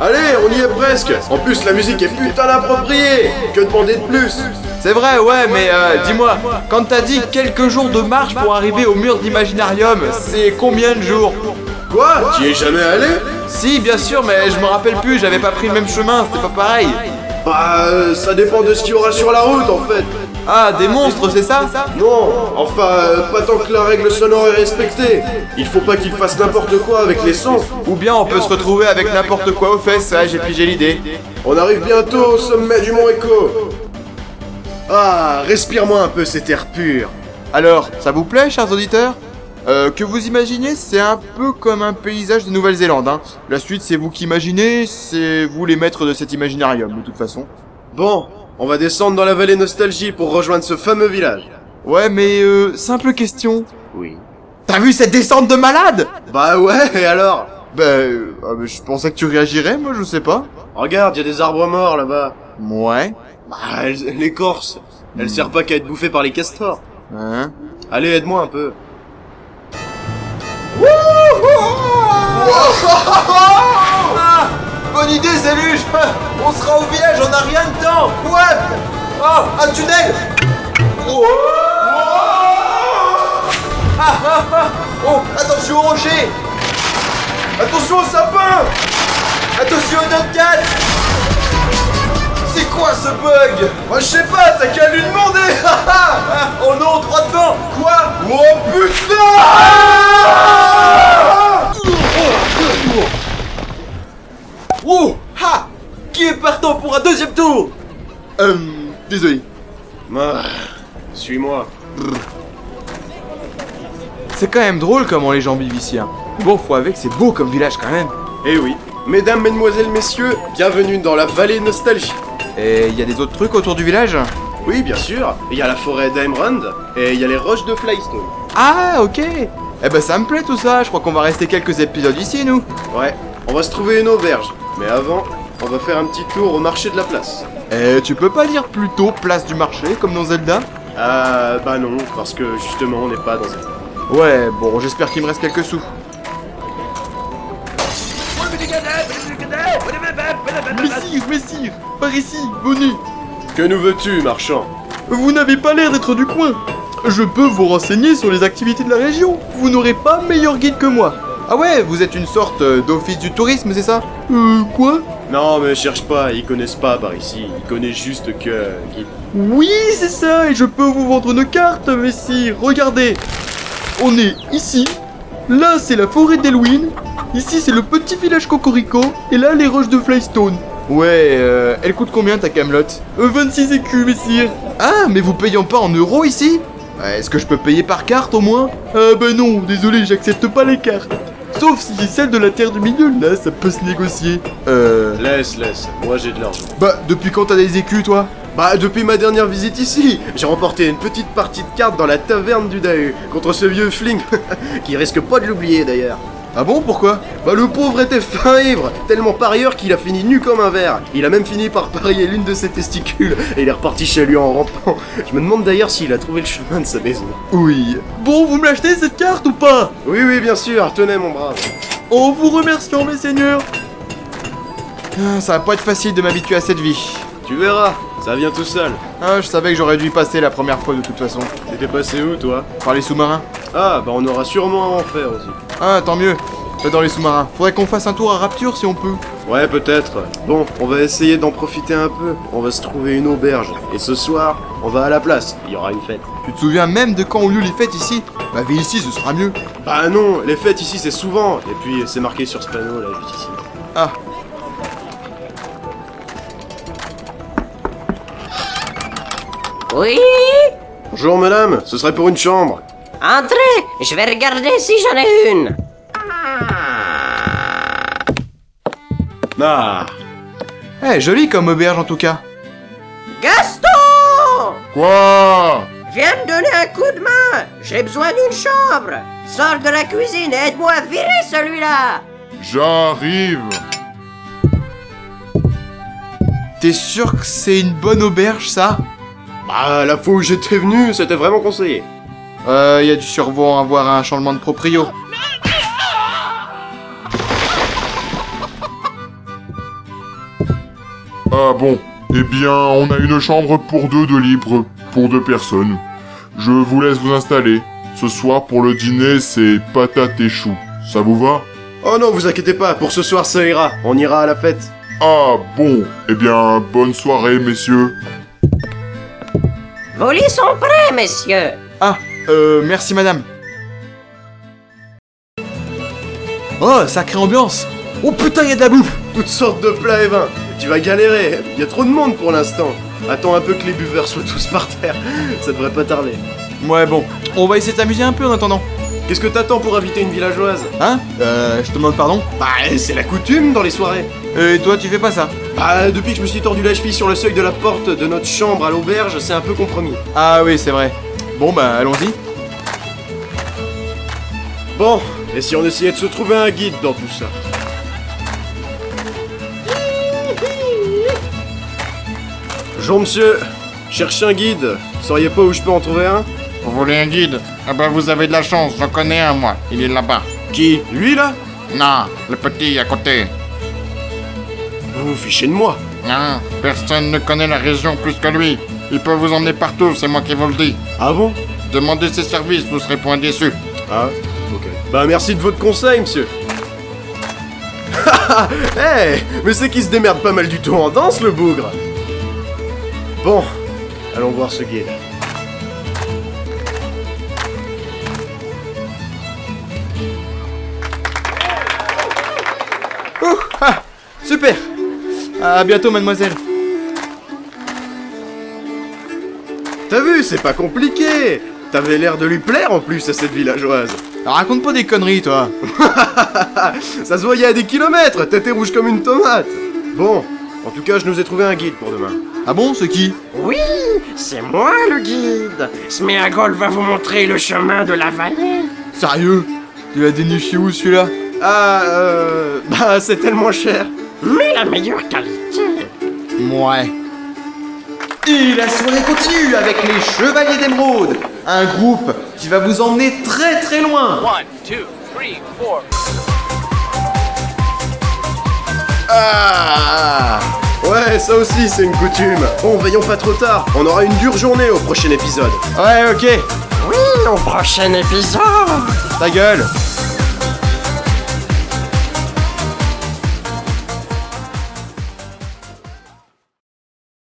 Allez, on y est presque En plus, la musique est putain d'appropriée Que demander de plus C'est vrai, ouais, mais euh, dis-moi, quand t'as dit quelques jours de marche pour arriver au mur d'Imaginarium, c'est combien de jours Quoi Tu y es jamais allé Si, bien sûr, mais je me rappelle plus, j'avais pas pris le même chemin, c'était pas pareil. Bah, euh, ça dépend de ce qu'il y aura sur la route, en fait Ah, des monstres, c'est ça Non, enfin, euh, pas tant que la règle sonore est respectée. Il faut pas qu'il fasse n'importe quoi avec les sons. Ou bien on peut se retrouver avec n'importe quoi aux fesses, ouais, j'ai pigé l'idée. On arrive bientôt au sommet du mont Echo. Ah, respire-moi un peu cet air pur. Alors, ça vous plaît, chers auditeurs Euh, que vous imaginez, c'est un peu comme un paysage de Nouvelle-Zélande. Hein. La suite, c'est vous qui imaginez, c'est vous les maîtres de cet imaginarium, de toute façon. Bon, on va descendre dans la vallée Nostalgie pour rejoindre ce fameux village. Ouais, mais euh, simple question. Oui. T'as vu cette descente de malade Bah ouais, et alors Bah, euh, ah, mais je pensais que tu réagirais, moi, je sais pas. Regarde, il y a des arbres morts là-bas. Ouais. Bah, elles- l'écorce, elle sert pas qu'à être bouffée par les castors. Hein Allez, aide-moi un peu. Ah Bonne idée, Zéluche On sera au village, on a rien de temps Ouais Oh, un tunnel Oh Ah, ah, ah. Oh, attention au rocher Attention au sapin Attention au Duncan C'est quoi ce bug Moi, je sais pas, t'as qu'à lui demander Ah, Oh non, droit devant Quoi Oh putain Oh Ha Qui est partant pour un deuxième tour Euh, désolé. Ah, Suis-moi. C'est quand même drôle comment les gens vivent ici. Hein. Bon, faut avec, c'est beau comme village quand même. Eh oui. Mesdames, mesdemoiselles, messieurs, bienvenue dans la vallée Nostalgie. Et il y a des autres trucs autour du village Oui, bien sûr, il y a la forêt d'Aimrand et il y a les roches de Flystone. Ah, ok Eh ben ça me plaît tout ça, je crois qu'on va rester quelques épisodes ici, nous. Ouais, on va se trouver une auberge. Mais avant, on va faire un petit tour au marché de la place. Eh, tu peux pas dire plutôt place du marché, comme dans Zelda Ah, bah non, parce que justement, on n'est pas dans un. Ouais, bon, j'espère qu'il me reste quelques sous. Messire, messire, par ici, venez Que nous veux-tu, marchand Vous n'avez pas l'air d'être du coin. Je peux vous renseigner sur les activités de la région. Vous n'aurez pas meilleur guide que moi. Ah ouais, vous êtes une sorte euh, d'office du tourisme, c'est ça Euh, quoi Non, mais cherche pas, ils connaissent pas par ici. Ils connaissent juste que. Guy. Oui, c'est ça, et je peux vous vendre une carte, messire. Regardez. On est ici. Là, c'est la forêt d'Elwyn. Ici, c'est le petit village Cocorico. Et là, les roches de Flystone. Ouais, euh, elle coûte combien ta Camelot 26 écus, messire. Ah, mais vous payez pas en euros ici Euh, Est-ce que je peux payer par carte au moins Ah bah non, désolé, j'accepte pas les cartes. Sauf si c'est celle de la terre du milieu, là, ça peut se négocier. Euh... Laisse, laisse, moi j'ai de l'argent. Bah, depuis quand t'as des écus, toi Bah, depuis ma dernière visite ici, j'ai remporté une petite partie de cartes dans la taverne du Dahu contre ce vieux fling, qui risque pas de l'oublier d'ailleurs. Ah bon, pourquoi Bah, le pauvre était fin ivre, tellement parieur qu'il a fini nu comme un verre. Il a même fini par parier l'une de ses testicules et il est reparti chez lui en rampant. Je me demande d'ailleurs s'il a trouvé le chemin de sa maison. Oui. Bon, vous me l'achetez cette carte ou pas Oui, oui, bien sûr, tenez mon brave. En vous remerciant, mes seigneurs. Ah, Ça va pas être facile de m'habituer à cette vie. Tu verras, ça vient tout seul. Ah, je savais que j'aurais dû y passer la première fois de toute façon. T'étais passé où toi Par les sous-marins. Ah, bah on aura sûrement à en faire aussi. Ah, tant mieux. J'adore les sous-marins. Faudrait qu'on fasse un tour à Rapture si on peut. Ouais, peut-être. Bon, on va essayer d'en profiter un peu. On va se trouver une auberge. Et ce soir, on va à la place. Il y aura une fête. Tu te souviens même de quand ont lieu les fêtes ici Bah, vie ici, ce sera mieux. Bah non, les fêtes ici c'est souvent. Et puis c'est marqué sur ce panneau là, juste ici. Ah. Oui Bonjour madame, ce serait pour une chambre. Entrez Je vais regarder si j'en ai une Ah Eh, joli comme auberge en tout cas. Gaston Quoi Viens me donner un coup de main J'ai besoin d'une chambre Sors de la cuisine et aide-moi à virer celui-là J'arrive T'es sûr que c'est une bonne auberge ça Bah la fois où j'étais venu, c'était vraiment conseillé. Euh, y a du survent à voir un changement de proprio. Ah bon. Eh bien, on a une chambre pour deux de libre, pour deux personnes. Je vous laisse vous installer. Ce soir, pour le dîner, c'est patate et chou. Ça vous va Oh non, vous inquiétez pas, pour ce soir ça ira, on ira à la fête. Ah bon. Eh bien, bonne soirée, messieurs. Vos lits sont prêts, messieurs. Ah, euh, merci madame. Oh, sacrée ambiance Oh putain, y a de la bouffe Toutes sortes de plats et vins, tu vas galérer, y a trop de monde pour l'instant. Attends un peu que les buveurs soient tous par terre, ça devrait pas tarder. Ouais, bon, on va essayer de s'amuser un peu en attendant. Qu'est-ce que t'attends pour inviter une villageoise Hein Euh, je te demande pardon Bah, c'est la coutume dans les soirées. Et toi, tu fais pas ça Bah, depuis que je me suis tordu la cheville sur le seuil de la porte de notre chambre à l'auberge, c'est un peu compromis. Ah oui, c'est vrai. Bon, bah, allons-y. Bon, et si on essayait de se trouver un guide dans tout ça Bonjour monsieur, cherchez un guide. Vous sauriez pas où je peux en trouver un Vous voulez un guide Ah ben vous avez de la chance, j'en connais un moi, il est là-bas. Qui Lui là Non, le petit à côté. Vous vous fichez de moi Non, Hein personne ne connaît la région plus que lui. Il peut vous emmener partout, c'est moi qui vous le dis. Ah bon Demandez ses services, vous serez point déçu. Ah, ok. Bah merci de votre conseil monsieur. Ha, ha, hey, mais c'est qu'il se démerde pas mal du tout en danse le bougre Bon, allons voir ce guide. Ouh, ah, super À bientôt, mademoiselle. T'as vu, c'est pas compliqué T'avais l'air de lui plaire en plus à cette villageoise. Raconte pas des conneries, toi. Ça se voyait à des kilomètres, t'étais rouge comme une tomate. Bon, en tout cas, je nous ai trouvé un guide pour demain. Ah bon, c'est qui Oui, c'est moi le guide. Smeagol va vous montrer le chemin de la vallée. Sérieux Tu l'as déniché où, celui-là Ah, euh, bah c'est tellement cher. Mais la meilleure qualité. Ouais. Et la soirée continue avec les Chevaliers d'Émeraude, un groupe qui va vous emmener très très loin. One, two, three, four. Ah Ouais, ça aussi, c'est une coutume. Bon, veillons pas trop tard, on aura une dure journée au prochain épisode. Ouais, ok, Oui, au prochain épisode. ta gueule.